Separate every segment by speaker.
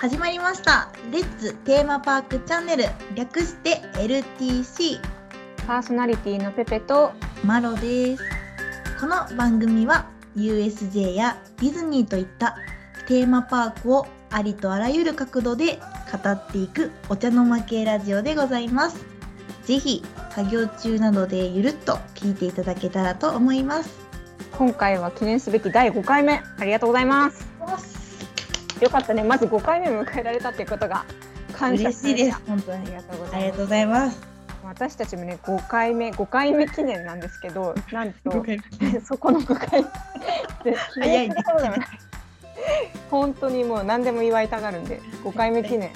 Speaker 1: 始まりましたレッツテーマパークチャンネル略して LTC
Speaker 2: パーソナリティのペペと
Speaker 1: マロですこの番組は USJ やディズニーといったテーマパークをありとあらゆる角度で語っていくお茶の間系ラジオでございますぜひ作業中などでゆるっと聞いていただけたらと思います
Speaker 2: 今回は記念すべき第5回目ありがとうございますよかったねまず5回目迎えられたっていうことが感謝
Speaker 1: 嬉しいです本当
Speaker 2: あり
Speaker 1: に
Speaker 2: がとうご
Speaker 1: あ
Speaker 2: ざ
Speaker 1: り
Speaker 2: い
Speaker 1: がとう
Speaker 2: ま
Speaker 1: ございます
Speaker 2: す私たちもね5回目5回目記念なんですけどなんと そこの5回目で
Speaker 1: 早いね
Speaker 2: 記念することでもない本当にもう何でも祝いたがるん で5回目記念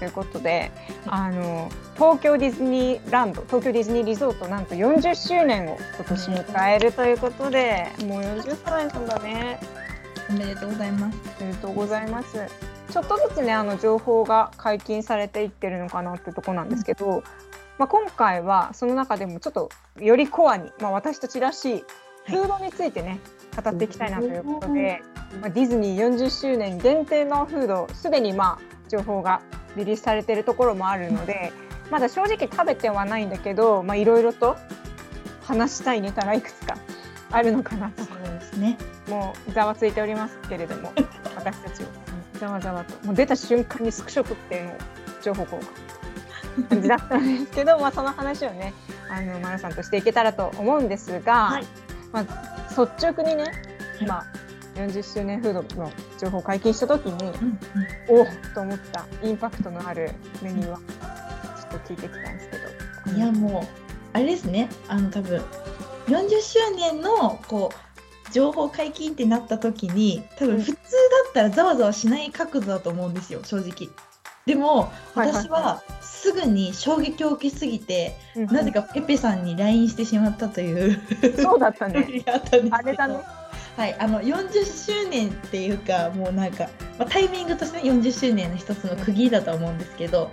Speaker 2: ということであの東京ディズニーランド東京ディズニーリゾートなんと40周年を今年迎えるということでもう40歳なんだね
Speaker 1: おめでとうございます
Speaker 2: おめでとうございます。ちょっとずつねあの情報が解禁されていってるのかなってとこなんですけど、まあ、今回はその中でもちょっとよりコアに、まあ、私たちらしいフードについてね、語っていきたいなということで、まあ、ディズニー40周年限定のフードすでにまあ情報がリリースされてるところもあるのでまだ正直食べてはないんだけどまあいろいろと話したいネタがいくつかあるのかなと
Speaker 1: そうですね
Speaker 2: もうざわついておりますけれど も私たちをざわざわともう出た瞬間にスクショ撮っての情報交換感じだったんですけど、まあ、 その話をねあのマラさんとしていけたらと思うんですが、
Speaker 1: はい
Speaker 2: まあ、率直にね、
Speaker 1: はい
Speaker 2: まあ、40周年フードの情報解禁した時に
Speaker 1: うんうん
Speaker 2: おっと思ったインパクトのあるメニューはちょっと聞いていきたいんですけど。
Speaker 1: いやもうあれですねあの多分40周年のこう情報解禁ってなった時に多
Speaker 2: う
Speaker 1: 分
Speaker 2: ん
Speaker 1: 普通だったらざわざわしない角度だと思うんですよ正直でも
Speaker 2: はいはいはい
Speaker 1: 私はすぐに衝撃を受けすぎて、
Speaker 2: うんうん
Speaker 1: なぜかペペさんに LINE してしまったという
Speaker 2: そうだった ね。
Speaker 1: 時があったんですけど
Speaker 2: あれだね。
Speaker 1: はい、あの40周年っていうかもうなんか、まあ、タイミングとして、ね、40周年の一つの区切りだとは思うんですけど、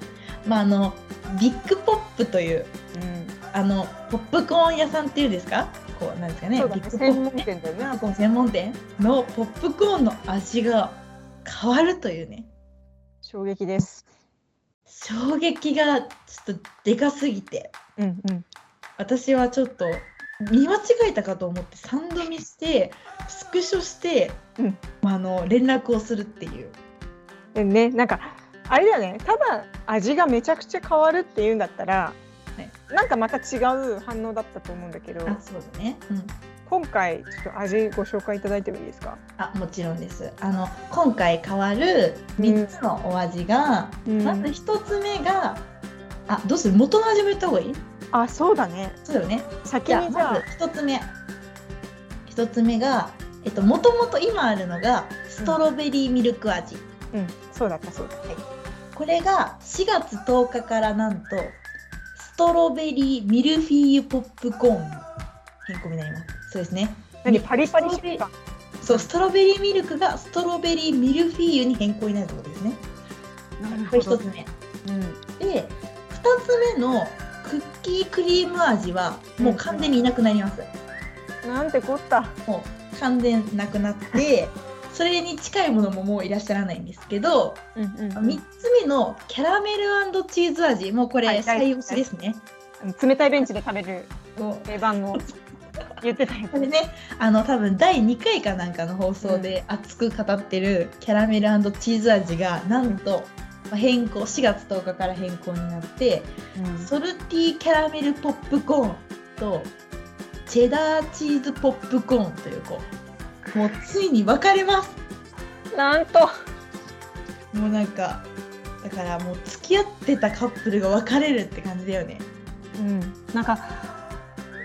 Speaker 1: まあ、あのビッグポップという
Speaker 2: うん
Speaker 1: あのポップコーン屋さんっていうんですかこうなんですかね
Speaker 2: そうだね。
Speaker 1: ビッグポ
Speaker 2: 専
Speaker 1: ッ
Speaker 2: 門
Speaker 1: プ、ね、
Speaker 2: 店だよね。
Speaker 1: この専門店のポップコーンの味が変わるというね
Speaker 2: 衝撃です。
Speaker 1: 衝撃がちょっとでかすぎて
Speaker 2: うんうん。
Speaker 1: 私はちょっと見間違えたかと思って三度見してスクショして、
Speaker 2: うん
Speaker 1: まあ、あの連絡をするっていう
Speaker 2: でねなんかあれだよねただ味がめちゃくちゃ変わるっていうんだったら、
Speaker 1: は
Speaker 2: なんかまた違う反応だったと思うんだけど
Speaker 1: あそうだね、うん、
Speaker 2: 今回ちょっと味ご紹介いただいてもいいですか
Speaker 1: あもちろんですあの今回変わる3つのお味が、
Speaker 2: うん
Speaker 1: まず1つ目があどうする元の味も言った方がいい
Speaker 2: あそうだね
Speaker 1: そうだよね
Speaker 2: 先
Speaker 1: じゃあ
Speaker 2: にじゃあ、
Speaker 1: まず1つ目1つ目がえっともともと今あるのがストロベリーミルク味、
Speaker 2: うんそうだったそうだった
Speaker 1: これが4月10日からなんとストロベリーミルフィーユポップコーン変更になりますそうですね
Speaker 2: 何パリパリ食感
Speaker 1: そうストロベリーミルクがストロベリーミルフィーユに変更になるってことですね
Speaker 2: なる
Speaker 1: これ1つ目
Speaker 2: う
Speaker 1: で2つ目のクッキークリーム味はもう完全にいなくなります、
Speaker 2: ん、なんてこった
Speaker 1: もう完全なくなっ てそれに近いものももういらっしゃらないんですけど
Speaker 2: うんうん
Speaker 1: 3つ目のキャラメルチーズ味もうこれ
Speaker 2: はい
Speaker 1: 最推しですね、
Speaker 2: 冷たいベンチで食べる
Speaker 1: もう
Speaker 2: 定番を言ってた よ
Speaker 1: これねあの多分第2回かなんかの放送で熱く語ってるキャラメルチーズ味がなんとまあ変更4月10日から変更になってソルティキャラメルポップコーンとチェダーチーズポップコーンというこうもうついに分かれます
Speaker 2: なんと
Speaker 1: もうなんかだからもう付き合ってたカップルが別れるって感じだよね
Speaker 2: うん、なんか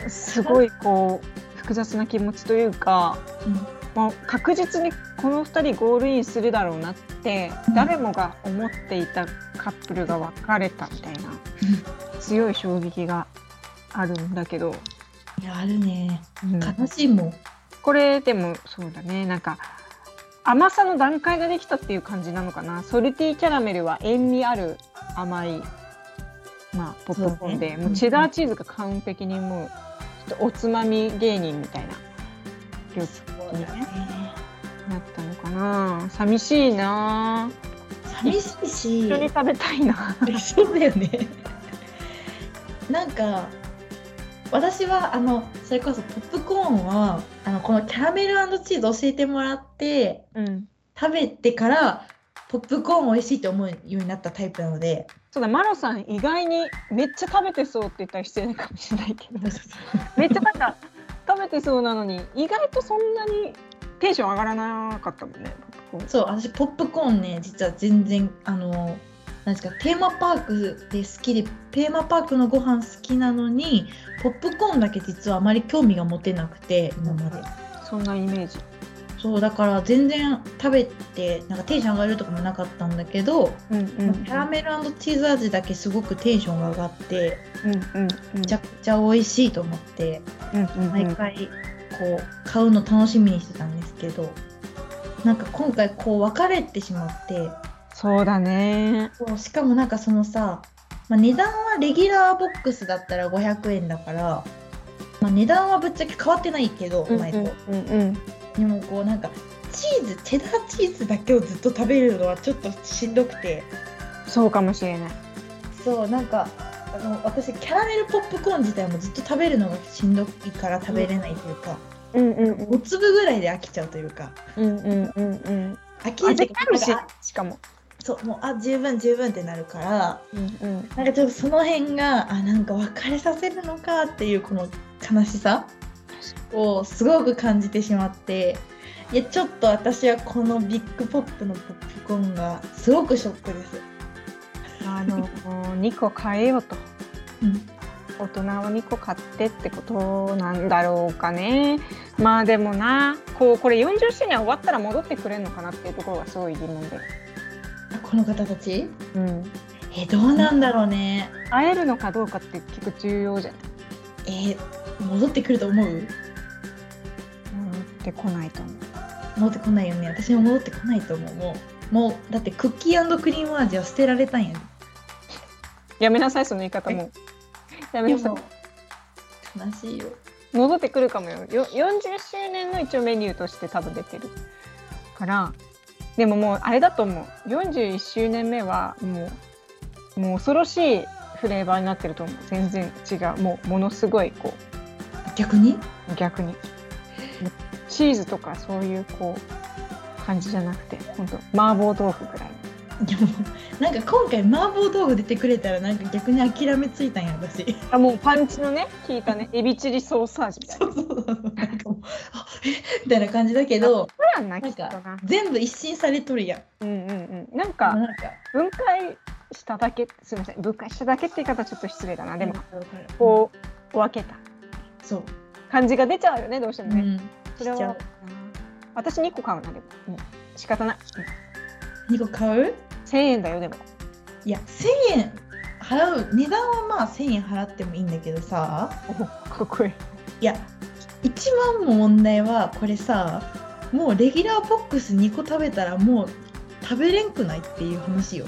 Speaker 2: すごいこう複雑な気持ちというか、
Speaker 1: うん
Speaker 2: まあ、確実にこの2人ゴールインするだろうなって
Speaker 1: うん
Speaker 2: 誰もが思っていたカップルが別れたみたいな強い衝撃があるんだけど、
Speaker 1: いやあるね
Speaker 2: うん
Speaker 1: 悲しいもん、
Speaker 2: これでもそうだねなんか甘さの段階ができたっていう感じなのかなソルティキャラメルは塩味ある甘い、まあ、ポップコーンで、
Speaker 1: そうね
Speaker 2: もうチェダーチーズが完璧にもうちょっとおつまみ芸人みたいな料理
Speaker 1: そうだね
Speaker 2: になったのかな寂しいな
Speaker 1: 寂しいし
Speaker 2: 一緒に食べたいな。
Speaker 1: そうだよね。なんか私はあのそれこそポップコーンはあのこのキャラメルチーズ教えてもらって
Speaker 2: うん。
Speaker 1: 食べてからポップコーン美味しいと思うようになったタイプなので
Speaker 2: そうだ、マロさん意外にめっちゃ食べてそうって言ったら失礼かもしれないけど、めっちゃなんか食べてそうなのに意外とそんなにテンション上がらなかったもんね。ポップコーン
Speaker 1: そう私ポップコーンね実は全然あのなんですかテーマパークで好きでテーマパークのご飯好きなのにポップコーンだけ実はあまり興味が持てなくて今まで。
Speaker 2: そんなイメージ。
Speaker 1: そうだから全然食べてなんかテンション上がるとかもなかったんだけど、
Speaker 2: うんうん
Speaker 1: キャラメルチーズ味だけすごくテンションが上がって
Speaker 2: うんうんうん。
Speaker 1: めちゃくちゃ美味しいと思って
Speaker 2: うんうんうん
Speaker 1: 毎回こう買うの楽しみにしてたんですけどなんか今回こう別れてしまって
Speaker 2: そうだね。
Speaker 1: そうしかもなんかそのさ、まあ、値段はレギュラーボックスだったら500円だから、まあ、値段はぶっちゃけ変わってないけど前と。
Speaker 2: うんうん。
Speaker 1: でもこうなんかチーズチェダーチーズだけをずっと食べるのはちょっとしんどくて
Speaker 2: そうかもしれない。
Speaker 1: そうなんかあの私キャラメルポップコーン自体もずっと食べるのがしんどいから食べれないというか、
Speaker 2: うんうん
Speaker 1: 5粒ぐらいで飽きちゃうというか
Speaker 2: うんうんうんうん。
Speaker 1: 飽きるとい
Speaker 2: 味
Speaker 1: う
Speaker 2: あるし
Speaker 1: なんか、
Speaker 2: しかも。
Speaker 1: あそうもうあ十分十分ってなるから
Speaker 2: うんうん。
Speaker 1: なんかちょっとその辺があなんか別れさせるのかっていうこの悲しさをすごく感じてしまっていやちょっと私はこのビッグポップのポップコーンがすごくショックです。
Speaker 2: あの2個買えよと。
Speaker 1: うん、
Speaker 2: 大人を2個買ってってことなんだろうかねまあでもなこうこれ40周年終わったら戻ってくれるのかなっていうところがすごい疑問で、
Speaker 1: あこの方たち
Speaker 2: うん、
Speaker 1: えどうなんだろうね。
Speaker 2: 会えるのかどうかって結構重要じゃない
Speaker 1: えー戻ってくると思う
Speaker 2: 戻ってこないと思う
Speaker 1: 戻ってこないよね私も戻ってこないと思うもうもうだってクッキークリーム味は捨てられたんや
Speaker 2: やめなさいその言い方もやめ
Speaker 1: で
Speaker 2: なさい
Speaker 1: も悲しいよ
Speaker 2: 戻ってくるかもよよ40周年の一応メニューとして多分出てるからでももうあれだと思う41周年目はもうもう恐ろしいフレーバーになってると思う全然違うもうものすごいこ
Speaker 1: 逆に
Speaker 2: う逆にチーズとかそういうこう感じじゃなくて本当麻婆豆腐ぐらい
Speaker 1: でも なんか今回麻婆豆腐出てくれたらなんか逆に諦めついたんや私
Speaker 2: あもうパンチのね効いたねエビチリソーサージみたいな
Speaker 1: そうそうそうなんかもうあえみたいな感じだけど
Speaker 2: これはな
Speaker 1: な
Speaker 2: き
Speaker 1: ん
Speaker 2: っと
Speaker 1: か
Speaker 2: な
Speaker 1: 全部一新されとるやん
Speaker 2: うんうんうんなん
Speaker 1: な
Speaker 2: か
Speaker 1: んか
Speaker 2: 分解しただけすみません分解しただけって言い方はちょっと失礼だなでも、
Speaker 1: こ
Speaker 2: こう分けた
Speaker 1: うそう、
Speaker 2: 感じが出ちゃうよねどうしても
Speaker 1: う
Speaker 2: ね、
Speaker 1: ん
Speaker 2: それ
Speaker 1: しちゃ
Speaker 2: は
Speaker 1: う
Speaker 2: 私2個買うなでも、うん仕方ない、
Speaker 1: 2個買う
Speaker 2: うん1000円だよでも
Speaker 1: いや1000円払う値段はまあ1000円払ってもいいんだけどさ
Speaker 2: かっこいい
Speaker 1: いや一番の問題はこれさもうレギュラーボックス2個食べたらもう食べれんくないっていう話よ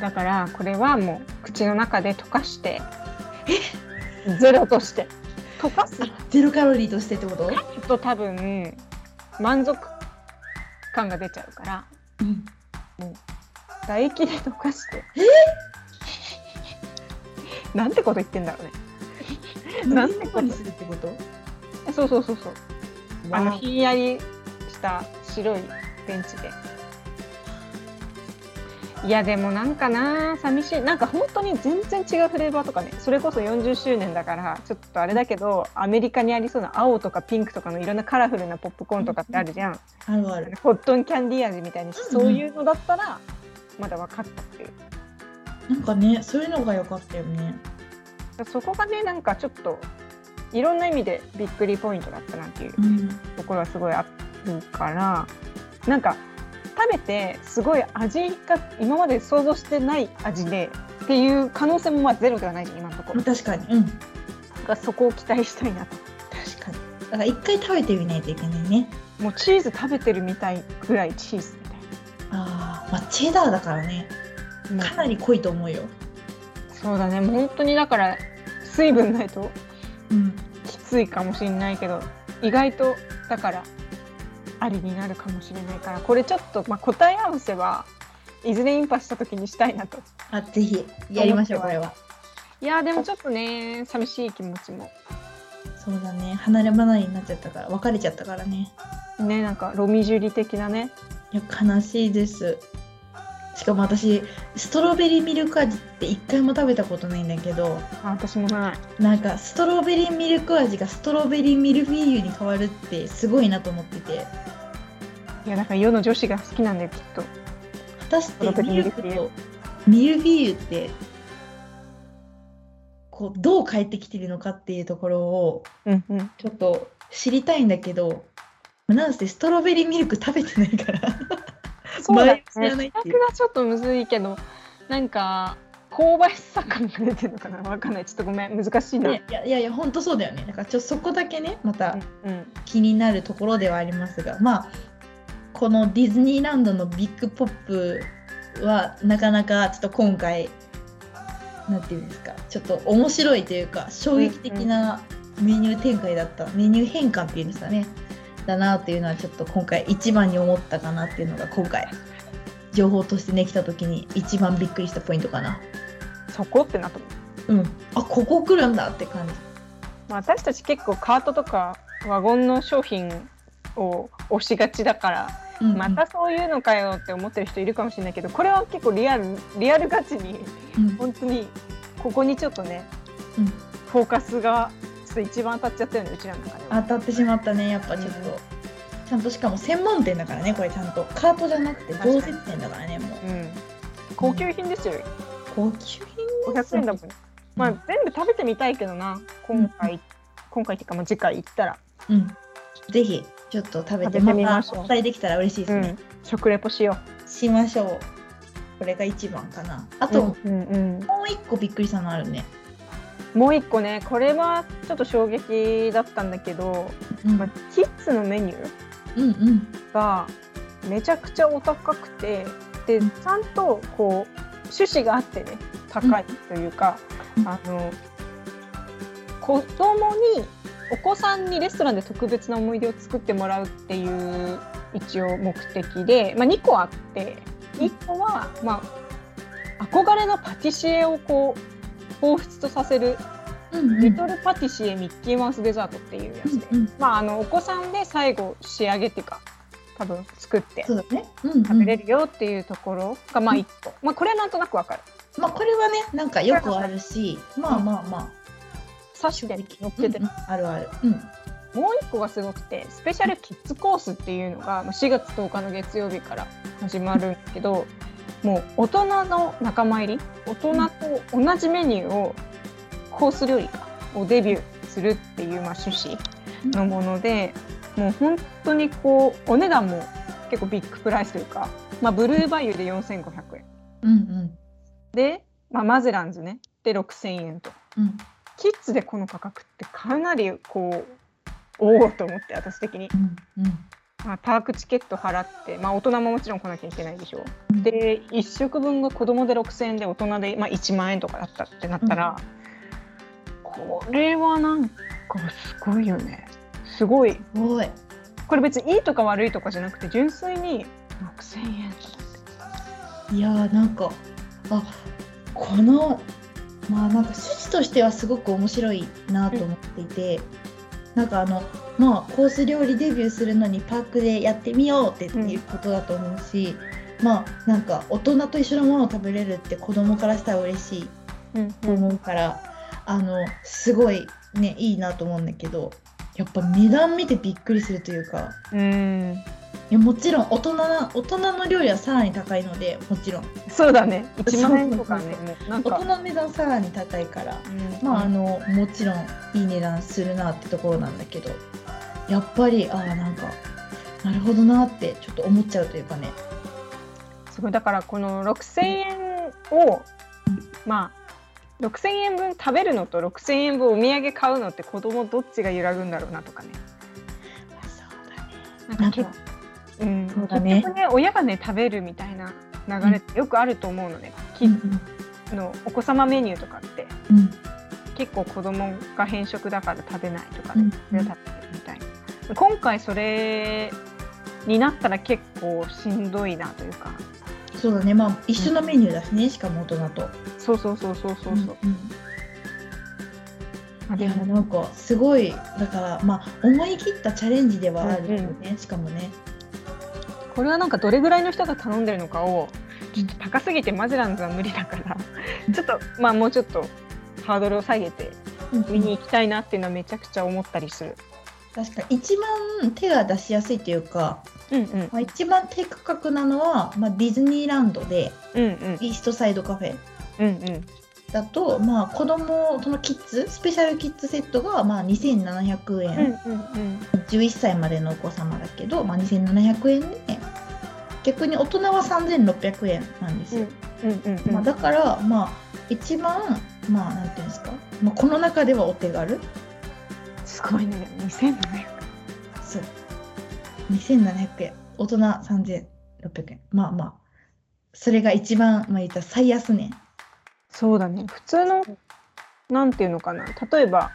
Speaker 2: だからこれはもう口の中で溶かしてゼロとして溶かす
Speaker 1: あゼロカロリーとしてってこと、
Speaker 2: と多分満足感が出ちゃうから
Speaker 1: うん、
Speaker 2: 唾液で溶かしてえなんてこと言ってんだろうねなんてこと
Speaker 1: にするってこと
Speaker 2: えそうそうそうそうあの
Speaker 1: わ
Speaker 2: ひんやりした白いベンチで。いやでもなんかな寂しいなんか本当に全然違うフレーバーとかねそれこそ40周年だからちょっとあれだけどアメリカにありそうな青とかピンクとかのいろんなカラフルなポップコーンとかってあるじゃん、
Speaker 1: あるあ
Speaker 2: あ
Speaker 1: る
Speaker 2: のコットンキャンディー味みたいに
Speaker 1: うんうん
Speaker 2: そういうのだったらまだ分かったっていう
Speaker 1: なんかねそういうのが良かったよね
Speaker 2: そこがねなんかちょっといろんな意味でびっくりポイントだったなっていう
Speaker 1: うん
Speaker 2: ところはすごいあるからなんか食べてすごい味が今まで想像してない味でっていう可能性もまあゼロではないじゃん今のところ
Speaker 1: 確かにうん確
Speaker 2: がそこを期待したいなと
Speaker 1: かにだから一回食べてみないといけないね
Speaker 2: もうチーズ食べてるみたいぐらいチーズ みたい
Speaker 1: あー、まあチェダーだからね
Speaker 2: な
Speaker 1: かなり濃いと思うよ
Speaker 2: そうだねもう本当にだから水分ないと
Speaker 1: うん
Speaker 2: きついかもしれないけど意外とだからありになるかもしれないからこれちょっと、まあ、答え合わせはいずれインパした時にしたいなと。
Speaker 1: あぜひやりましょう
Speaker 2: 思
Speaker 1: これ
Speaker 2: っては
Speaker 1: はい
Speaker 2: やーでもちょっとね寂しい気持ちも
Speaker 1: そうだね離れ離れになっちゃったから別れちゃったからね
Speaker 2: ねなんかロミジュリ的なね
Speaker 1: いや悲しいですしかも私ストロベリーミルク味って一回も食べたことないんだけど
Speaker 2: あ私もない
Speaker 1: なんかストロベリーミルク味がストロベリーミルフィーユに変わるってすごいなと思ってて
Speaker 2: いやだから世の女子が好きなんだよきっと
Speaker 1: 果たし
Speaker 2: ストロ
Speaker 1: て
Speaker 2: ベリ
Speaker 1: ミ
Speaker 2: ーミ
Speaker 1: ル
Speaker 2: ル
Speaker 1: ク
Speaker 2: フィーユ
Speaker 1: とミルフィーユってこうどう変えてきてるのかっていうところを
Speaker 2: うんうん
Speaker 1: ちょっと知りたいんだけどなんせストロベリーミルク食べてないから
Speaker 2: そうだね
Speaker 1: 知らないっ
Speaker 2: 比
Speaker 1: て
Speaker 2: 較
Speaker 1: いう
Speaker 2: がちょっとむずいけどなんか香ばしさ感が出てるのかなわかんないちょっとごめん難しいな、
Speaker 1: ねいやいやいや本当そうだよねだからちょっとそこだけねまた
Speaker 2: うんうん
Speaker 1: 気になるところではありますがまあこのディズニーランドのビッグポップはなかなかちょっと今回なんていうんですかちょっと面白いというか衝撃的なメニュー展開だった、メニュー変換っていうんですかねだなというのはちょっと今回一番に思ったかなっていうのが今回情報としてね来た時に一番びっくりしたポイントかな
Speaker 2: そこってなと思
Speaker 1: う
Speaker 2: う、
Speaker 1: んあここ来るんだって感じ
Speaker 2: まあ、私たち結構カートとかワゴンの商品を押しがちだから
Speaker 1: うん
Speaker 2: またそういうのかよって思ってる人いるかもしれないけどこれは結構リアルリアルガチに
Speaker 1: うん
Speaker 2: 本当にここにちょっとね、
Speaker 1: うん
Speaker 2: フォーカスがちょっと一番当たっちゃったよねうちらの中では
Speaker 1: 当たってしまったねやっぱちょっと、
Speaker 2: うん
Speaker 1: ちゃんとしかも専門店だからねこれちゃんとカートじゃなくて
Speaker 2: 確かに
Speaker 1: 常設店だからねもう
Speaker 2: うん、高級品ですよ
Speaker 1: 高級品です
Speaker 2: 500
Speaker 1: よ
Speaker 2: 円だもん、まあ全部食べてみたいけどな今回、今回っていうかもう次回行ったら、
Speaker 1: うんぜひちょっと食べて
Speaker 2: 食べてみ
Speaker 1: ま
Speaker 2: ま
Speaker 1: た
Speaker 2: しょう
Speaker 1: お伝えできたら嬉しいですね、
Speaker 2: 食レポしよ
Speaker 1: しましょうこれが一番かなあ
Speaker 2: う
Speaker 1: と、
Speaker 2: うんうん
Speaker 1: もう一個びっくりしたのあるね、
Speaker 2: うんもう一個ねこれはちょっと衝撃だったんだけど、
Speaker 1: うん
Speaker 2: まあ、キッズのメニュー
Speaker 1: うんうん
Speaker 2: がめちゃくちゃお高くてでちゃんとこう趣旨があってね高いというか、
Speaker 1: うん
Speaker 2: あの子供にお子さんにレストランで特別な思い出を作ってもらうっていう一応目的で、まあ、2個あって1個は、まあ、憧れのパティシエをこう彷彿とさせる
Speaker 1: うんうん
Speaker 2: リトルパティシエミッキーマウスデザートっていうやつで、
Speaker 1: うんうん
Speaker 2: まあ、あのお子さんで最後仕上げっていうか多分作って
Speaker 1: そうだね、うんうん、
Speaker 2: 食べれるよっていうところがまあ1個、まあ、これはなんとなくわかる
Speaker 1: まあこれはねなんかよくあるしまあまあまあ
Speaker 2: 刺して乗っけて、
Speaker 1: うんうんあるあるうん
Speaker 2: もう1個がすごくてスペシャルキッズコースっていうのがまあ4月10日の月曜日から始まるんだけどもう大人の仲間入り大人と同じメニューをコース料理かをデビューするっていうまあ趣旨のものでもう本当にこうお値段も結構ビッグプライスというか、まあ、ブルーバイユで4500円
Speaker 1: うんうん
Speaker 2: で、まあ、マゼランズねで6000円と
Speaker 1: うん
Speaker 2: キッズでこの価格ってかなりこうおおと思って私的に、
Speaker 1: うん
Speaker 2: まあ、パークチケット払って、まあ、大人ももちろん来なきゃいけないでしょ
Speaker 1: うん
Speaker 2: で1食分が子供で6000円で大人で、まあ、1万円とかだったってなったら、これはなんかすごいよねすごい
Speaker 1: すごい
Speaker 2: これ別にいいとか悪いとかじゃなくて純粋に6000円とか
Speaker 1: いやーなんかあこのまあなんか筋としてはすごく面白いなと思っていて、なんかあのまあコース料理デビューするのにパークでやってみようってっていうことだと思うし、まあなんか大人と一緒のものを食べれるって子供からしたら嬉しい
Speaker 2: うん
Speaker 1: と思うから、あのすごいねいいなと思うんだけどやっぱ値段見てびっくりするというか。
Speaker 2: うん
Speaker 1: いやもちろん大人な大人の料理はさらに高いのでもちろん
Speaker 2: そうだね1万円
Speaker 1: そう
Speaker 2: とかねもうな
Speaker 1: 大
Speaker 2: ん
Speaker 1: 人
Speaker 2: か、
Speaker 1: の値段さらに高いから
Speaker 2: うん
Speaker 1: まああのもちろんいい値段するなってところなんだけどやっぱりああなんかなるほどなってちょっと思っちゃうというかね
Speaker 2: すごいだからこの6000円をまあ6000円分食べるのと6000円分お土産買うのって子供どっちが揺らぐんだろうなとかね
Speaker 1: そうだね
Speaker 2: な
Speaker 1: なんん
Speaker 2: か
Speaker 1: か
Speaker 2: け、うん、
Speaker 1: そうだね
Speaker 2: 結局ね親がね食べるみたいな流れってよくあると思うのね、キ
Speaker 1: うん
Speaker 2: ッズのお子様メニューとかって
Speaker 1: うん
Speaker 2: 結構子供が偏食だから食べないとか
Speaker 1: う
Speaker 2: で、
Speaker 1: ん
Speaker 2: それを食べてるみたいな今回それになったら結構しんどいなというか
Speaker 1: そうだねまあ一緒のメニューだしね、しかも大人と
Speaker 2: そうそうそうそうそうそう。
Speaker 1: うん
Speaker 2: あ
Speaker 1: い
Speaker 2: で
Speaker 1: や
Speaker 2: も
Speaker 1: なんかすごいだからまあ思い切ったチャレンジではあるよね、しかもね
Speaker 2: これはなんかどれぐらいの人が頼んでるのかをちょっと高すぎてマゼランズは無理だから ちょっとまあもうちょっとハードルを下げて見に行きたいなっていうのはめちゃくちゃ思ったりする。
Speaker 1: 確か一番手が出しやすいっていうか、
Speaker 2: うんうん
Speaker 1: まあ、一番低価格なのは、まあ、ディズニーランドで
Speaker 2: うんうん
Speaker 1: イーストサイドカフェ
Speaker 2: うんうん
Speaker 1: だと、まあ、子供そのキッズスペシャルキッズセットがまあ2700円、
Speaker 2: うん
Speaker 1: 11歳までのお子様だけど、まあ、2700円で逆に大人は3600円なんですよ、
Speaker 2: うんうんうん
Speaker 1: まあ、だからまあ一番まあなんていうんですか、まあ、この中ではお手軽
Speaker 2: すごいね2700
Speaker 1: そう2700円大人3600円まあまあそれが一番まあ言ったら最安値
Speaker 2: そうだね普通のなんていうのかな例えば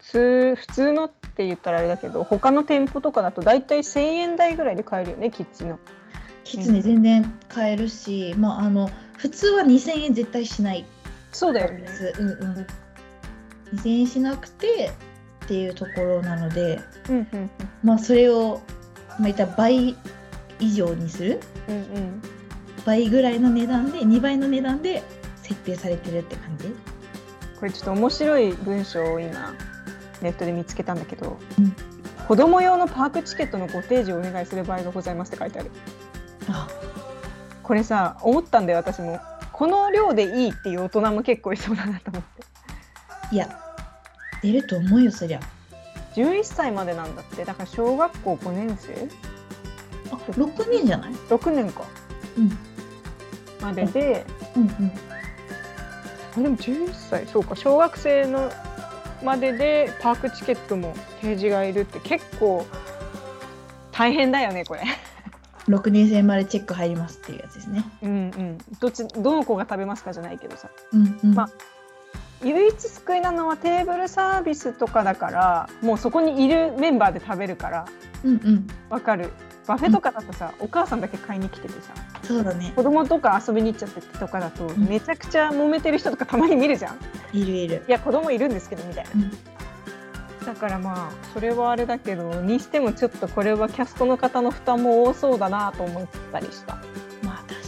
Speaker 2: 普通普通のって言ったらあれだけど他の店舗とかだと大体1,000円台ぐらいで買えるよねキッチンの。
Speaker 1: キッズに全然買えるし、まああの普通は2000円絶対しない
Speaker 2: そうだよ
Speaker 1: で
Speaker 2: ね。
Speaker 1: す、うんうん、2000円しなくてっていうところなので
Speaker 2: うんうん
Speaker 1: まあそれを、まあ、言ったら倍以上にする
Speaker 2: うんうん
Speaker 1: 倍ぐらいの値段で2倍の値段で設定されてるって感じ
Speaker 2: これちょっと面白い文章を今ネットで見つけたんだけど、
Speaker 1: うん
Speaker 2: 子供用のパークチケットのご提示をお願いする場合がございますって書いてある
Speaker 1: あ
Speaker 2: これさ思ったんだよ私もこの量でいいっていう大人も結構いそうだなと思って
Speaker 1: いや出ると思うよそりゃ
Speaker 2: 11歳までなんだってだから小学校5年生
Speaker 1: あ6年じゃない
Speaker 2: 6年か
Speaker 1: うん
Speaker 2: までで、
Speaker 1: うんうん
Speaker 2: あでも11歳そうか小学生のまででパークチケットも提示がいるって結構大変だよねこれ
Speaker 1: 6年生までチェック入りますっていうやつですね
Speaker 2: うんうん、どっちどの子が食べますかじゃないけどさ
Speaker 1: うんうん、
Speaker 2: まあ唯一救いなのはテーブルサービスとかだからもうそこにいるメンバーで食べるから
Speaker 1: うんうん
Speaker 2: わかるバフェとかだとさ、お母さんだけ買いに来ててさ
Speaker 1: そうだね
Speaker 2: 子供とか遊びに行っちゃってとかだと
Speaker 1: ん
Speaker 2: めちゃくちゃ揉めてる人とかたまに見るじゃん
Speaker 1: いるいる
Speaker 2: いや子供いるんですけどみたいな、
Speaker 1: うん
Speaker 2: だからまあそれはあれだけどにしてもちょっとこれはキャストの方の負担も多そうだなと思ったりした
Speaker 1: まあ確かに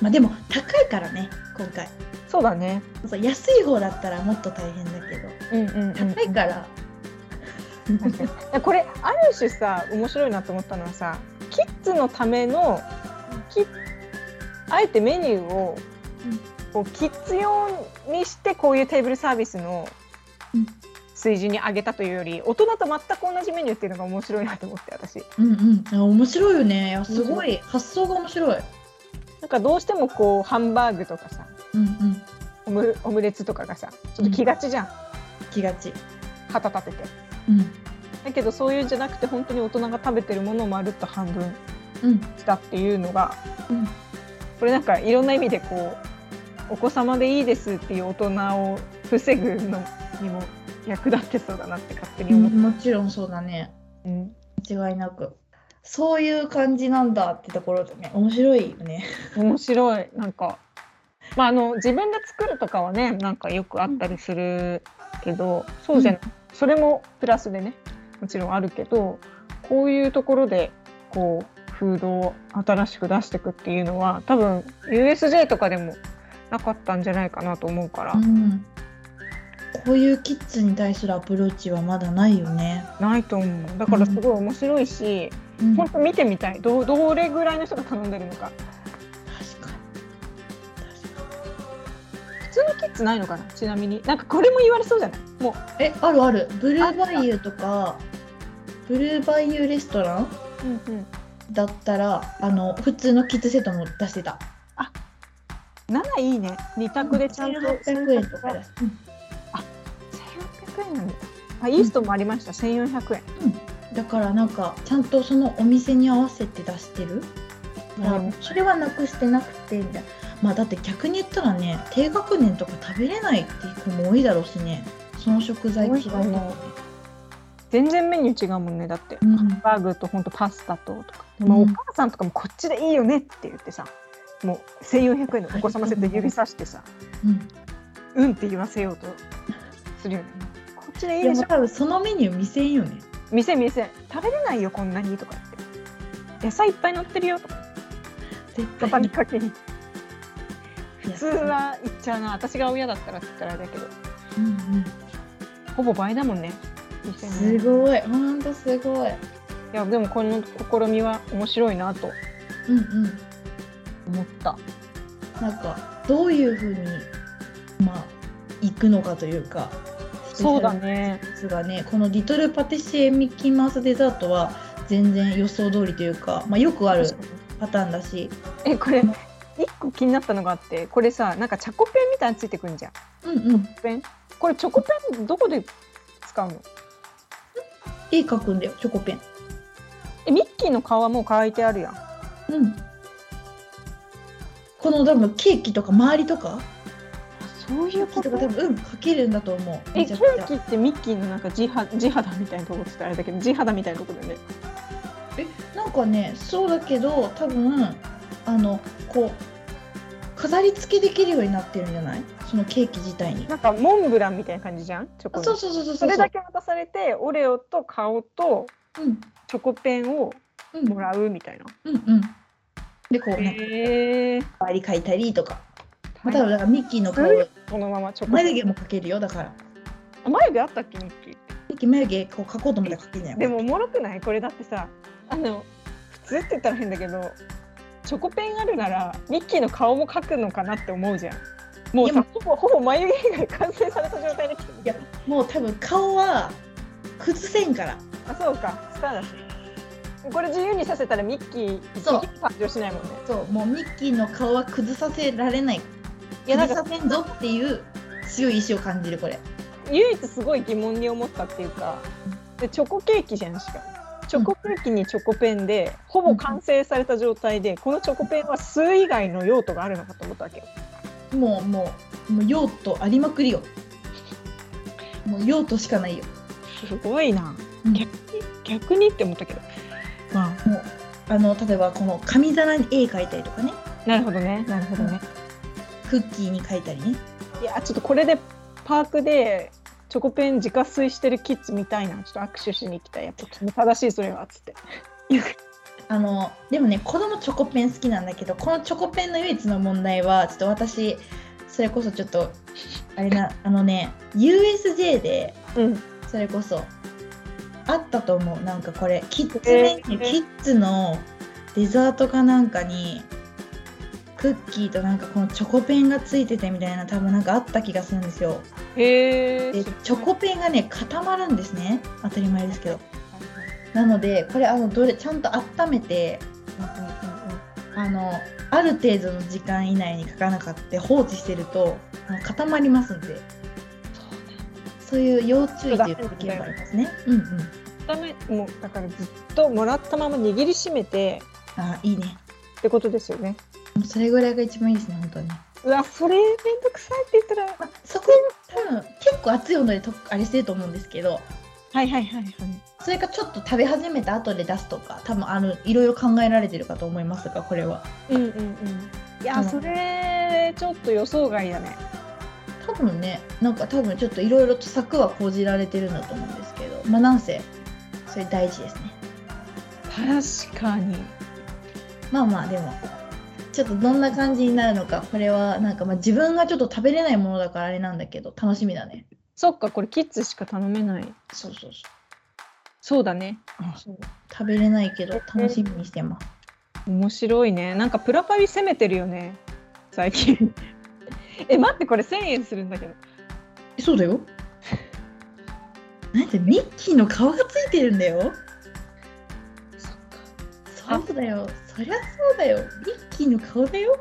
Speaker 1: まあでも高いからね今回
Speaker 2: そうだね
Speaker 1: そう安い方だったらもっと大変だけど
Speaker 2: うんうん、うん、
Speaker 1: 高いから、
Speaker 2: 確かにいや これある種さ面白いなと思ったのはさキッズのためのキあえてメニューを
Speaker 1: うん
Speaker 2: こうキッズ用にしてこういうテーブルサービスの
Speaker 1: うん
Speaker 2: 水準に上げたというより大人と全く同じメニューっていうのが面白いなと思って私
Speaker 1: うんうんあ面白いよねいやすごい発想が面白い
Speaker 2: なんかどうしてもこうハンバーグとかさ
Speaker 1: うんうん
Speaker 2: オムオムレツとかがさちょっと気がちじゃん、
Speaker 1: 気がち
Speaker 2: 旗立てて
Speaker 1: うん
Speaker 2: だけどそういうんじゃなくて本当に大人が食べてるものをまるっと半分
Speaker 1: うん
Speaker 2: したっていうのが
Speaker 1: うん
Speaker 2: これなんかいろんな意味でこうお子様でいいですっていう大人を防ぐのにも役立ってそうだなって勝手に思って、
Speaker 1: もちろんそうだね
Speaker 2: うん
Speaker 1: 間違いなくそういう感じなんだってところでね面白いよね
Speaker 2: 面白いなんか、まあ、あの自分で作るとかはねなんかよくあったりするけど、そうじゃない、それもプラスでねもちろんあるけどこういうところでこうフードを新しく出していくっていうのは多分 USJ とかでもなかったんじゃないかなと思うから。
Speaker 1: うんこういうキッズに対するアプローチはまだないよね、
Speaker 2: ないと思うだからすごい面白いし、
Speaker 1: うん
Speaker 2: 本
Speaker 1: 確か
Speaker 2: 当見てみたいどうどれぐらいの人が頼んでるのか
Speaker 1: に確か
Speaker 2: 普通のキッズないのかなちなみになんかこれも言われそうじゃないもう
Speaker 1: にえあるあるブルーバイユーとかブルーバイユーレストランだったらあの普通のキッズセットも出してた
Speaker 2: 7いいね2択でちゃんと
Speaker 1: 1800円とかです、
Speaker 2: 1800円なんだあイーストもありました、1400円
Speaker 1: だからなんかちゃんとそのお店に合わせて出してる、
Speaker 2: うん
Speaker 1: それはなくしてなくてみたいなまあだって逆に言ったらね低学年とか食べれないっていう子も多いだろうしねその食材嫌いとかね
Speaker 2: 全然メニュー違うもんねだって
Speaker 1: うん
Speaker 2: バーグとほんとパスタととか、
Speaker 1: うん
Speaker 2: まあお母さんとかもこっちでいいよねって言ってさもう1400円のお子様セット指さしてさ、
Speaker 1: うん
Speaker 2: うんって言わせようとするよね。こっちでいい
Speaker 1: いや
Speaker 2: でし
Speaker 1: も
Speaker 2: ょ
Speaker 1: う多分そのメニュー見せんよね
Speaker 2: 店店食べれないよこんなにとか言って野菜いっぱい乗ってるよとか
Speaker 1: 絶
Speaker 2: パ
Speaker 1: 対
Speaker 2: パに
Speaker 1: に
Speaker 2: かけに
Speaker 1: 普
Speaker 2: 普通は言っちゃうな私が親だったらって言ったらあれだけど
Speaker 1: うんうん、
Speaker 2: ほぼ倍だもんね店ね
Speaker 1: す
Speaker 2: い
Speaker 1: ごいほんとすごい
Speaker 2: やでもこの試みは面白いなと
Speaker 1: うんうん
Speaker 2: 思った
Speaker 1: なんかどういうふうにまあ行くのかというか
Speaker 2: そうだね
Speaker 1: ですがねこのリトルパティシエミッキーマウスデザートは全然予想通りというか、まあ、よくあるパターンだし
Speaker 2: えこれ一個気になったのがあってこれさなんかチャコペンみたいについてくるんじゃん
Speaker 1: うんうん
Speaker 2: ペンこれチョコペンどこで使うの
Speaker 1: 絵描くんだよチョコペン
Speaker 2: えミッキーの顔はもう書いてあるやん
Speaker 1: うんこの多分ケーキとか周りとか
Speaker 2: そう
Speaker 1: ケーキとか多分うん描けるんだと思う
Speaker 2: え
Speaker 1: め
Speaker 2: ケ
Speaker 1: ちゃく
Speaker 2: ー
Speaker 1: ち
Speaker 2: キ
Speaker 1: ゃ
Speaker 2: ってミッキーのなんか地肌地肌みたいなとこって言ったらあれだけど地肌みたいなとこだよね
Speaker 1: なんかねそうだけど多分あのこう飾り付けできるようになってるんじゃないそのケーキ自体に
Speaker 2: なんかモンブランみたいな感じじゃんチョコ
Speaker 1: あ
Speaker 2: の
Speaker 1: そうそうそうそうう
Speaker 2: それだけ渡されてオレオと顔と
Speaker 1: うん
Speaker 2: チョコペンを
Speaker 1: うん
Speaker 2: もらうみたいな
Speaker 1: うんうんでこうね
Speaker 2: へえー、
Speaker 1: 割り描いたりとかまあ、多分だからミッキーの顔
Speaker 2: すごいこのままチョコ
Speaker 1: 眉毛も描けるよだから
Speaker 2: あ眉毛あったっけミッキー
Speaker 1: ミッキー眉毛こう描こうと思ったら描けない
Speaker 2: でもおもろくないこれだってさあの普通って言ったら変だけどチョコペンあるならミッキーの顔も描くのかなって思うじゃんもう
Speaker 1: いや
Speaker 2: さほぼほぼ眉毛以外完成された状態で来てる
Speaker 1: いやもう多分顔は崩せんから
Speaker 2: あそうかスターだしこれ自由にさせたらミッキー
Speaker 1: そう
Speaker 2: 一撃誕生しないもんね
Speaker 1: そうもうミッキーの顔は崩させられない
Speaker 2: いやな
Speaker 1: 崩
Speaker 2: んか
Speaker 1: させんぞっていう強い意志を感じるこれ
Speaker 2: 唯一すごい疑問に思ったっていうかでチョコケーキじゃんしかもチョコケーキにチョコペンでほぼ完成された状態でこのチョコペンは数以外の用途があるのかと思ったわけよ
Speaker 1: もうもうもう用途ありまくりよもう用途しかないよ、
Speaker 2: すごいな
Speaker 1: うん
Speaker 2: 逆に逆にって思ったけどま
Speaker 1: もうあの例えばこの紙皿に絵描いたりとかね
Speaker 2: あなるほどねなるほどね
Speaker 1: クッキーに描いたりね
Speaker 2: いやちょっとこれでパークでチョコペン自家炊してるキッズ見たいなちょっと握手しに行きたいやっぱ正しいそれはっつって
Speaker 1: あのでもね子供チョコペン好きなんだけどこのチョコペンの唯一の問題はちょっと私それこそちょっとあれなあのね USJ で
Speaker 2: うん
Speaker 1: それこそあったと思うなんかこれキッズメニュー、
Speaker 2: えー
Speaker 1: キッズのデザートかなんかにクッキーとなんかこのチョコペンがついててみたいな多分なんかあった気がするんですよ
Speaker 2: へえ
Speaker 1: でチョコペンがね固まるんですね当たり前ですけどなのでこれあのどれちゃんと温めてあのある程度の時間以内に書かなかった放置してるとあの固まりますんでそういう要注意というか意見がありますね。うんうん、
Speaker 2: ダメもうだからずっともらったまま握りしめて
Speaker 1: あいいね
Speaker 2: ってことですよね
Speaker 1: もうそれぐらいが一番いいですね本当に、ま
Speaker 2: うわそれめんどくさいって言ったら
Speaker 1: あ、そこ多分結構熱い温度でとあれしてると思うんですけど
Speaker 2: はいはいはいはい
Speaker 1: それかちょっと食べ始めた後で出すとか多分あのいろいろ考えられてるかと思いますがこれは
Speaker 2: うんうんうんいや、
Speaker 1: うん
Speaker 2: それちょっと予想外だね
Speaker 1: 多分ねなんか多分ちょっといろいろと策は講じられてるんだと思うんですけどまあなんせそれ大事ですね
Speaker 2: 確かに
Speaker 1: まあまあでもちょっとどんな感じになるのかこれはなんかまあ自分がちょっと食べれないものだからあれなんだけど楽しみだね
Speaker 2: そっかこれキッズしか頼めない
Speaker 1: そうそうそ
Speaker 2: そうだね
Speaker 1: うそう食べれないけど楽しみにしてます
Speaker 2: 面白いねなんかプラパリ攻めてるよね最近 え待ってこれ1000円するんだけど
Speaker 1: えそうだよなんてミッキーの顔がついてるんだよ
Speaker 2: そっか
Speaker 1: そうだよそりゃそうだよミッキーの顔だよ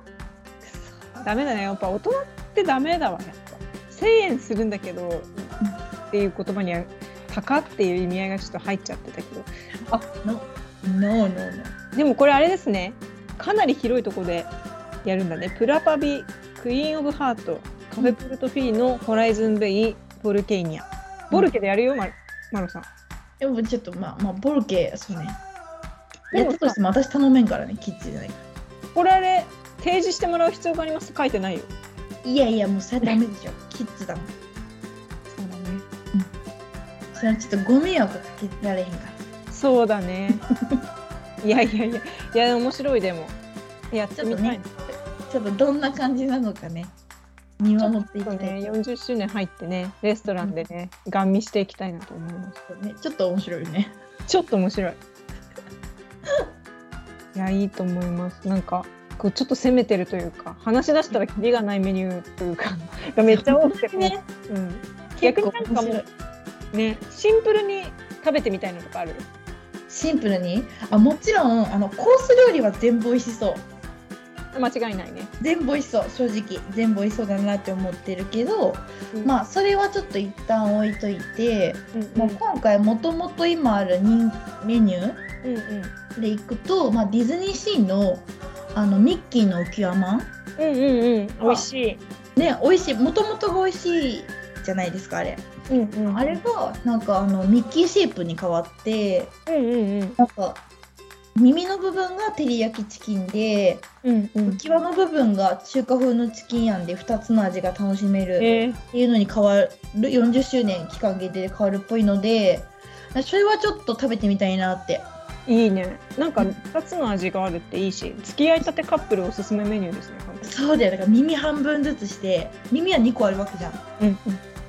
Speaker 2: ダメだねやっぱ大人ってダメだわやっぱ1,000円するんだけど、っていう言葉には「高」っていう意味合いがちょっと入っちゃってたけど
Speaker 1: の No, no, no.
Speaker 2: でもこれあれですねかなり広いとこでやるんだねプラパビクイーン・オブ・ハートカフェ・プルトフィーノホライズン・ベイボルケイニアボルケでやるよマロマロさん
Speaker 1: でもちょっとまあまあボルケそうね
Speaker 2: で
Speaker 1: や
Speaker 2: も
Speaker 1: ったとしても私頼めんからねキッチンじゃないから
Speaker 2: これあれ提示してもらう必要がありますって書いてないよ。
Speaker 1: いやいやもうそれはダメでしょキッズだもん
Speaker 2: そうだね。
Speaker 1: それはちょっとご迷惑かけられへんから
Speaker 2: そうだ ね。いやいやいや、いや面白いでも。やって
Speaker 1: ちょっ
Speaker 2: み
Speaker 1: と
Speaker 2: たい
Speaker 1: ね
Speaker 2: な。
Speaker 1: ちょっとどんな感じなのかね見守っていきた
Speaker 2: そう
Speaker 1: い
Speaker 2: ね、40周年入ってね、レストランでね、ガン見していきたいなと思います。
Speaker 1: そうねちょっと面白いね
Speaker 2: ちょっと面白い。 いや、いいと思います。なんか、こうちょっと攻めてるというか、話し出したらキリがないメニューという か、がめっちゃ 多くて、
Speaker 1: ね
Speaker 2: うん、
Speaker 1: 結
Speaker 2: 逆
Speaker 1: 構
Speaker 2: になんか
Speaker 1: 面
Speaker 2: も、
Speaker 1: 白いう
Speaker 2: ね、シンプルに食べてみたいのとかある。
Speaker 1: シンプルにあもちろんあのコース料理は全部美味しそう
Speaker 2: 間違いないね。
Speaker 1: 全部美味しそう正直全部美味しそうだなって思ってるけど、
Speaker 2: うん
Speaker 1: まあそれはちょっと一旦置いといて、
Speaker 2: うん
Speaker 1: もう今回もともと今ある人メニュ
Speaker 2: うんうん
Speaker 1: ーでいくと、まあ、ディズニーシーのあのミッキーの浮き輪マン
Speaker 2: うんうんうん、美味しい。
Speaker 1: ね美味しいもともとが美味しいじゃないですかあれ
Speaker 2: うんうん
Speaker 1: あれがなんかあのミッキーシェイプに変わって
Speaker 2: うんうんうん
Speaker 1: なんか耳の部分が照り焼きチキンで
Speaker 2: うんうん
Speaker 1: 浮き輪の部分が中華風のチキンやんで2つの味が楽しめるっ
Speaker 2: えー
Speaker 1: ていうのに変わる40周年期間限定で変わるっぽいのでそれはちょっと食べてみたいなって
Speaker 2: いいね。なんか二つの味があるっていいし、付き合いたてカップルおすすめメニューですね。
Speaker 1: そうだよだから耳半分ずつして耳は2個あるわけじゃんだか
Speaker 2: うんうん、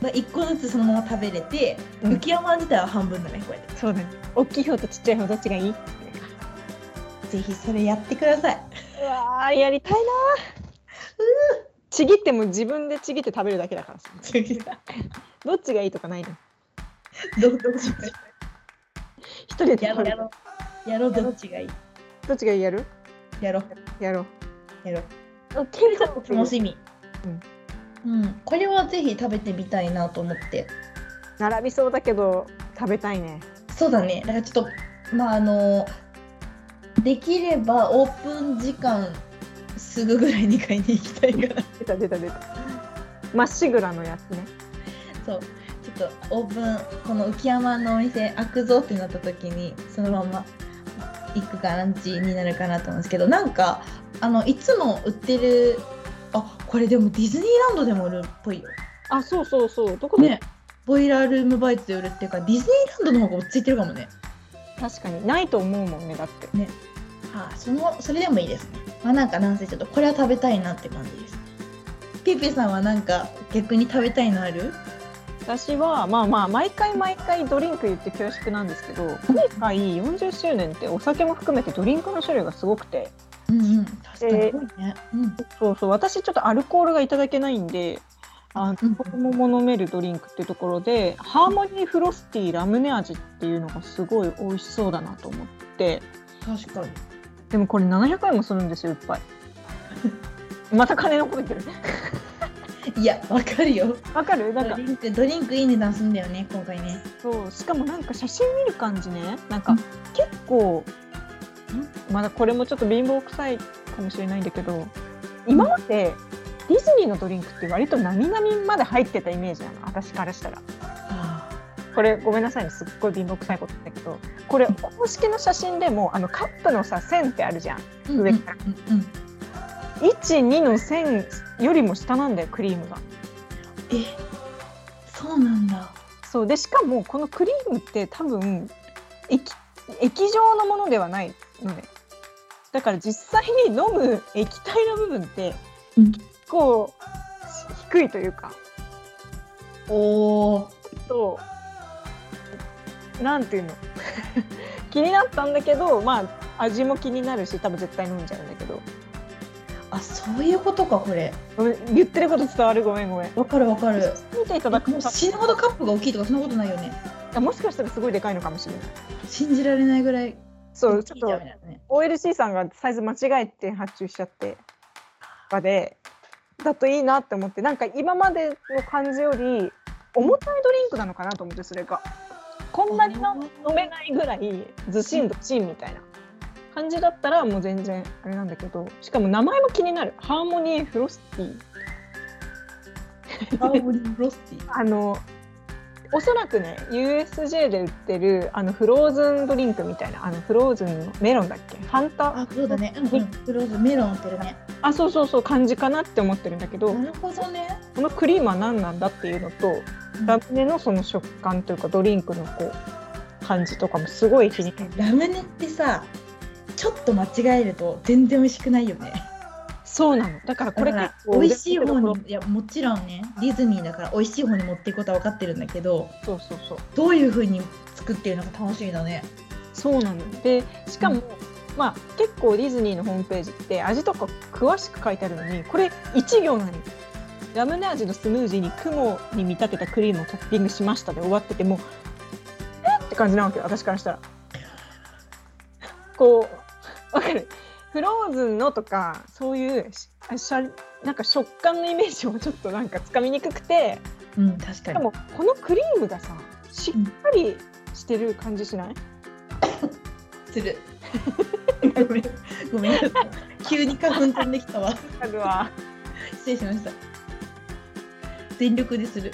Speaker 1: ら1個ずつそのまま食べれて、
Speaker 2: うん
Speaker 1: 浮き山自体は半分だねこうやっ
Speaker 2: そうだね。大きい方とちっちゃい方どっちがいい？う
Speaker 1: てぜひそれやってくだ さい
Speaker 2: わーやりたいなー。ちぎっても自分でちぎって食べるだけだからさ。どっちがいいとかないの？
Speaker 1: どうどう
Speaker 2: 一人で
Speaker 1: やろ
Speaker 2: 食
Speaker 1: う
Speaker 2: べ
Speaker 1: や
Speaker 2: る。
Speaker 1: ろうやろうどっちがいい
Speaker 2: どっちがいいやる？
Speaker 1: やろう
Speaker 2: やろ
Speaker 1: やろう
Speaker 2: う。おケイさん
Speaker 1: 楽しみ、うんこれはぜひ食べてみたいなと思って
Speaker 2: 並びそうだけど食べたいね。
Speaker 1: そうだねだからちょっとまああのできればオープン時間すぐぐらいに買いに行きたいから
Speaker 2: 出た出た出た。まっしぐらのやつね。
Speaker 1: そうちょっとオープンこの浮山のお店開くぞってなった時にそのまま行くかランチになるかなと思うんですけどなんかあのいつも売ってるあこれでもディズニーランドでも売るっぽいよ
Speaker 2: あ、そうそうそう。どこで
Speaker 1: ねボイラールームバイトで売るっていうかディズニーランドの方が落ち着いてるかもね
Speaker 2: 確かにないと思うもんねだって
Speaker 1: ああそのそれでもいいですねまあなんかなんせちょっとこれは食べたいなって感じですピーピーさんはなんか逆に食べたいのある
Speaker 2: 私はまあまあ毎回毎回ドリンク言って恐縮なんですけど今回40周年ってお酒も含めてドリンクの種類がすごくて
Speaker 1: うんうん確かにすごいね、うん
Speaker 2: そうそう私ちょっとアルコールがいただけないんであの
Speaker 1: うん
Speaker 2: 子供も飲めるドリンクっていうところでハーモニーフロスティーラムネ味っていうのがすごい美味しそうだなと思って
Speaker 1: 確かに
Speaker 2: でもこれ700円もするんですよいっ ぱいまた金のこと言ってる
Speaker 1: いやわかるよ
Speaker 2: わかるなん
Speaker 1: ド
Speaker 2: か
Speaker 1: リンクドリンクいい値段すんだよね今回ね
Speaker 2: そうしかもなんか写真見る感じねなんか
Speaker 1: うん
Speaker 2: 結構、んまだこれもちょっと貧乏くさいかもしれないんだけど今までディズニーのドリンクって割となみなみまで入ってたイメージなの私からしたら
Speaker 1: あ
Speaker 2: これごめんなさいねすっごい貧乏くさいことだけどこれ公式の写真でもあのカップのさ線ってあるじゃん
Speaker 1: あうんうんうん
Speaker 2: 上から
Speaker 1: うん
Speaker 2: 12の線よりも下なんだよクリームが
Speaker 1: えそうなんだ
Speaker 2: そうでしかもこのクリームって多分液液状のものではないのねだから実際に飲む液体の部分って
Speaker 1: うん
Speaker 2: 結構低いというか
Speaker 1: おお
Speaker 2: となんていうの 気になったんだけどまあ味も気になるし多分絶対飲んじゃうんだけど
Speaker 1: あそういうことかこれ
Speaker 2: ごめん言ってること伝わるごめんごめん
Speaker 1: わかるわかる
Speaker 2: 見ていただく
Speaker 1: もう
Speaker 2: と
Speaker 1: 死ぬほどカップが大きいとかそんなことないよね
Speaker 2: あもしかしたらすごいでかいのかもしれない
Speaker 1: 信じられないぐらい
Speaker 2: そう
Speaker 1: 大
Speaker 2: ち
Speaker 1: き
Speaker 2: ょ
Speaker 1: いじ
Speaker 2: っ
Speaker 1: ゃ
Speaker 2: と
Speaker 1: んみたいなね
Speaker 2: OLC さんがサイズ間違えて発注しちゃって場でだといいなって思ってなんか今までの感じより重たいドリンクなのかなと思ってそれがこんなに飲飲めないぐらいずしんどしんみたいな感じだったらもう全然あれなんだけどしかも名前も気になるハーモニーフロスティー
Speaker 1: ハーモニーロスティ
Speaker 2: あのおそらくね USJ で売ってるあのフローズンドリンクみたいなあのフローズンのメロンだっけファンタ
Speaker 1: あそうだね、うんうん、フローズンメロンってるね
Speaker 2: あそうそうそう感じかなって思ってるんだけど
Speaker 1: なるほどね、
Speaker 2: このクリームは何なんだっていうのと
Speaker 1: うん
Speaker 2: ラムネのその食感というかドリンクのこう感じとかもすごい気に
Speaker 1: ラムネってさちょっと間違えると全然美味しくないよね
Speaker 2: そうなのだからこ
Speaker 1: こ
Speaker 2: れ
Speaker 1: れ
Speaker 2: 結
Speaker 1: が
Speaker 2: 構
Speaker 1: 美味しい方
Speaker 2: の
Speaker 1: にいやもちろんねディズニーだから美味しい方に持っていくことは分かってるんだけど
Speaker 2: そうそうそう
Speaker 1: どういう風に作ってるのか楽しみだね
Speaker 2: そうなのでしかも、
Speaker 1: うん
Speaker 2: まあ結構ディズニーのホームページって味とか詳しく書いてあるのにこれ1行なのラムネ味のスムージーに雲に見立てたクリームをトッピングしましたで終わっててもうえって感じなわけよ私からしたらこうわかるフローズンのとかそういうしあしゃなんか食感のイメージもちょっとなんかつかみにくくて
Speaker 1: うん確か
Speaker 2: で
Speaker 1: に
Speaker 2: もこのクリームがさしっかりしてる感じしない
Speaker 1: するごめん ごめん急に花粉飛んできたわ
Speaker 2: あるわ
Speaker 1: 失礼しました全力でする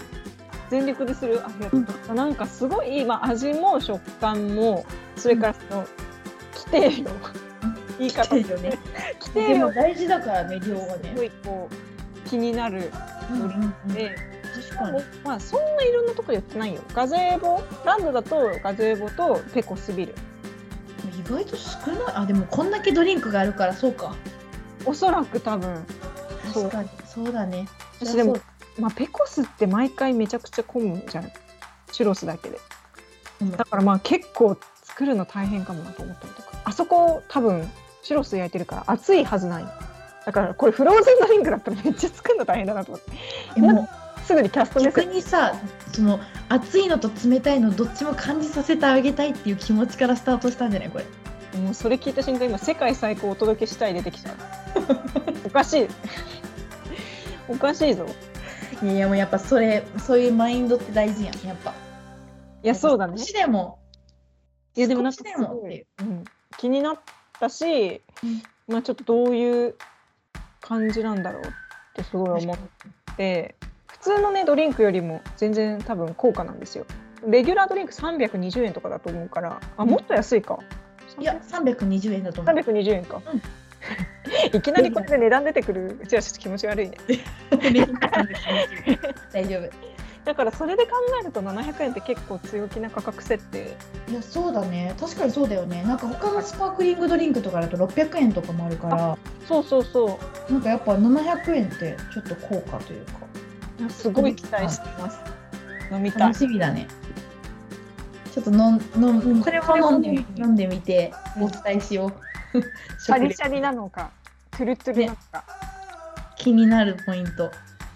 Speaker 2: 全力でするありがとうございますなんかすごい、まあ、味も食感もそれからその規定量言い方
Speaker 1: いい
Speaker 2: 規
Speaker 1: よね
Speaker 2: 定量
Speaker 1: 大事だからね量は
Speaker 2: すごいこう気になる
Speaker 1: うんうんうん
Speaker 2: で、
Speaker 1: 確かに
Speaker 2: まあそんないろんなとこで売ってないよガゼーボランドだとガゼーボとペコスビル
Speaker 1: 意外と少ないあでもこんだけドリンクがあるからそうか
Speaker 2: おそらく多分、そ
Speaker 1: 確
Speaker 2: う
Speaker 1: かにそうだね
Speaker 2: 私でも
Speaker 1: そりゃ
Speaker 2: まあ、ペコスって毎回めちゃくちゃ混むじゃんチュロスだけで
Speaker 1: そう
Speaker 2: だからまあ結構作るの大変かもなと思ったりとかあそこ多分チュロス焼いてるから熱いはずないだからこれフローズンドリンクだったらめっちゃ作るの大変だなと思って
Speaker 1: えもう
Speaker 2: すぐにキャストメッ
Speaker 1: 逆
Speaker 2: セージ
Speaker 1: にさその熱いのと冷たいのどっちも感じさせてあげたいっていう気持ちからスタートしたんじゃないこれ
Speaker 2: もうそれ聞いた瞬間今「世界最高お届けしたい」出てきたおかしいおかしいぞ
Speaker 1: いやいやもうやっぱそれそういうマインドって大事やんやっぱ
Speaker 2: いやそうだね
Speaker 1: 少しでも
Speaker 2: いやでもなんか
Speaker 1: 少しでもっていう
Speaker 2: うん、気になったし
Speaker 1: うん、
Speaker 2: まあ、ちょっとどういう感じなんだろうってすごい思って普通のねドリンクよりも全然多分高価なんですよレギュラードリンク320円とかだと思うからあもっと安いか、
Speaker 1: いや320円だと思う
Speaker 2: 320円か、 いきなりこれで値段出てくるうちはちょっと気持ち悪いね
Speaker 1: 大丈夫
Speaker 2: だからそれで考えると700円って結構強気な価格設定
Speaker 1: いやそうだね確かにそうだよねなんか他のスパークリングドリンクとかだと600円とかもあるから
Speaker 2: そうそうそ
Speaker 1: なんかやっぱ700円ってちょっと高価というか
Speaker 2: ういやすごい期待してます飲みたい
Speaker 1: 楽しみだねちょっとのんのん、
Speaker 2: うん
Speaker 1: これも飲んでみ
Speaker 2: これも
Speaker 1: 飲んでみて
Speaker 2: うん
Speaker 1: お伝えしよう
Speaker 2: シャリシャリなのかトゥルトゥルなのか、
Speaker 1: 気になるポイント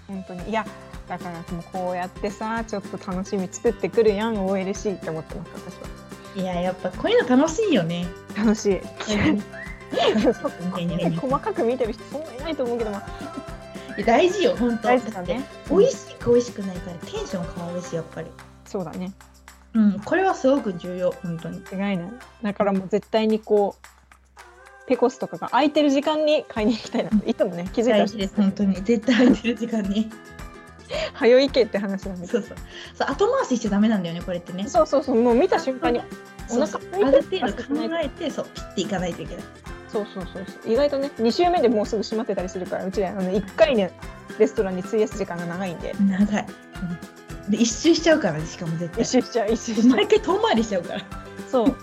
Speaker 2: 本当にいやだからもうこうやってさちょっと楽しみ作ってくるやん OLC って思ってます私はい
Speaker 1: ややっぱこういうの楽しいよね
Speaker 2: 楽しい
Speaker 1: いやい やいや
Speaker 2: 細かく見てる人そんないないと思うけど、まあ、
Speaker 1: 大事よ本当
Speaker 2: 大事だね
Speaker 1: 美味しいか美味しくないかでテンション変わるしやっぱり
Speaker 2: そうだね
Speaker 1: うんこれはすごく重要本当に
Speaker 2: 違いないだからもう絶対にこうペコスとかが空いてる時間に買いに行きたいな、いつもね気づいたら
Speaker 1: 大事です本当に絶対空いてる時間に
Speaker 2: 早いけって話なんだけ
Speaker 1: そうそうそう後回ししちゃダメなんだよねこれってね
Speaker 2: どそうそうそうもう見た瞬間にお
Speaker 1: そう
Speaker 2: 腹
Speaker 1: そう
Speaker 2: 空い
Speaker 1: あ
Speaker 2: て
Speaker 1: る
Speaker 2: る
Speaker 1: 程度考えてそう切っていかないといけない
Speaker 2: そうそうそうそう意外とね2週目でもうすぐ閉まってたりするからうちらあの1回ねレストランに費やす時間が長いんで
Speaker 1: 長い、で一周しちゃうからねしかも絶対
Speaker 2: 一周しちゃう一周しちゃう
Speaker 1: 毎回遠回りしちゃうから
Speaker 2: そう。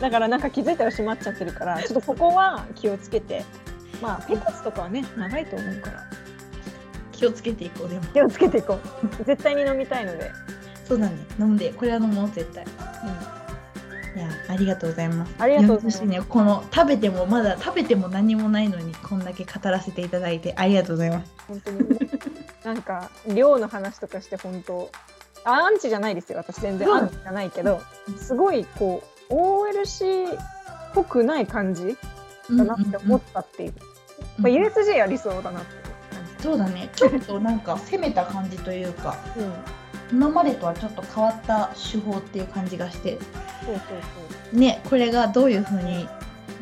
Speaker 2: だからなんか気づいたら閉まっちゃってるから、ちょっとここは気をつけて。まあ、ペコスとかはね、長いと思うから。
Speaker 1: 気をつけていこうでも
Speaker 2: 気をつけていこう。 絶対に飲みたいので。
Speaker 1: そうだね飲んでこれは飲もう絶対いやありがとうございます
Speaker 2: ありがとうございます
Speaker 1: や本当にねこの食べてもまだ食べても何もないのにこんだけ語らせていただいてありがとうございます
Speaker 2: 本当 に。なんか、量の話とかして、本当。あアンチじゃないですよ。私全然
Speaker 1: うん
Speaker 2: アンチじゃないけど、すごいこう、OLC っぽくない感じだなって思ったっていう。
Speaker 1: うん
Speaker 2: まあ、USJ ありそうだなっていう感
Speaker 1: そうだねちょっとなんか攻めた感じというか
Speaker 2: じ。うん。
Speaker 1: 今までとはちょっと変わった手法っていう感じがして
Speaker 2: そうそう
Speaker 1: ねこれがどういうふうに、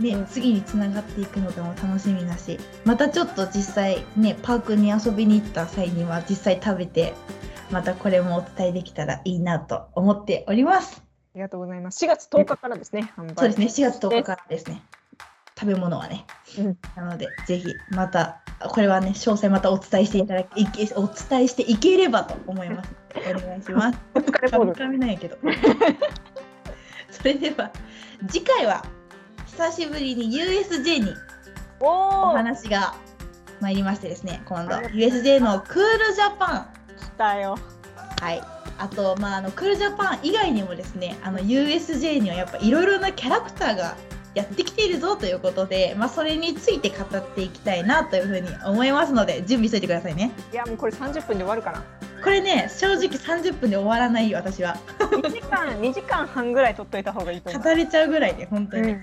Speaker 1: ね
Speaker 2: うん
Speaker 1: 次につながっていくのかも楽しみだしまたちょっと実際ねパークに遊びに行った際には実際食べてまたこれもお伝えできたらいいなと思っております。
Speaker 2: りがとうございます。4月10日からですね、販売。
Speaker 1: そうですね、4月10日からですね。食べ物はね。
Speaker 2: うん
Speaker 1: なので、ぜひまた、これはね、詳細またお伝えしていただき、いけお伝えしていければと思います。お願いします。
Speaker 2: お疲れ
Speaker 1: 噛
Speaker 2: ボ
Speaker 1: み
Speaker 2: ール。
Speaker 1: 噛みないけど。 それでは、次回は久しぶりに USJ にお
Speaker 2: おお、
Speaker 1: 話が参りましてですね、今度
Speaker 2: ありがとうございま
Speaker 1: USJ
Speaker 2: す
Speaker 1: のクールジャパン。
Speaker 2: 来たよ。
Speaker 1: はい、あと、まあ、あのクールジャパン以外にもですねあの USJ にはやっぱいろいろなキャラクターがやってきているぞということで、まあ、それについて語っていきたいなというふうに思いますので準備しといてくださいね
Speaker 2: いや、もうこれ30分で終わるかな。
Speaker 1: これね正直30分で終わらないよ私は
Speaker 2: 2時 間、2時間半ぐらい取っといた方がいいと思う。
Speaker 1: 語れちゃうぐらいで本当
Speaker 2: う
Speaker 1: に、
Speaker 2: ん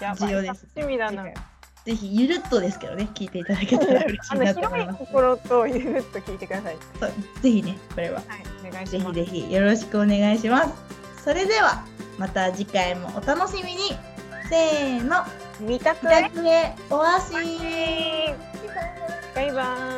Speaker 2: やば
Speaker 1: 重
Speaker 2: い
Speaker 1: 要です
Speaker 2: 楽しみだな。
Speaker 1: ぜひゆるっとですけどね聞いていただけたら 嬉し
Speaker 2: あ
Speaker 1: い
Speaker 2: の
Speaker 1: なと思
Speaker 2: 広
Speaker 1: い
Speaker 2: い
Speaker 1: ます
Speaker 2: 心とゆるっと聞いてください。
Speaker 1: そうぜひねこれは
Speaker 2: はい、お願いし
Speaker 1: ぜ
Speaker 2: ま
Speaker 1: ひ
Speaker 2: す。
Speaker 1: ぜひよろしくお願いしますそれではまた次回もお楽しみにせーの
Speaker 2: 見たく
Speaker 1: 二つ目おわし
Speaker 2: バイバーイ。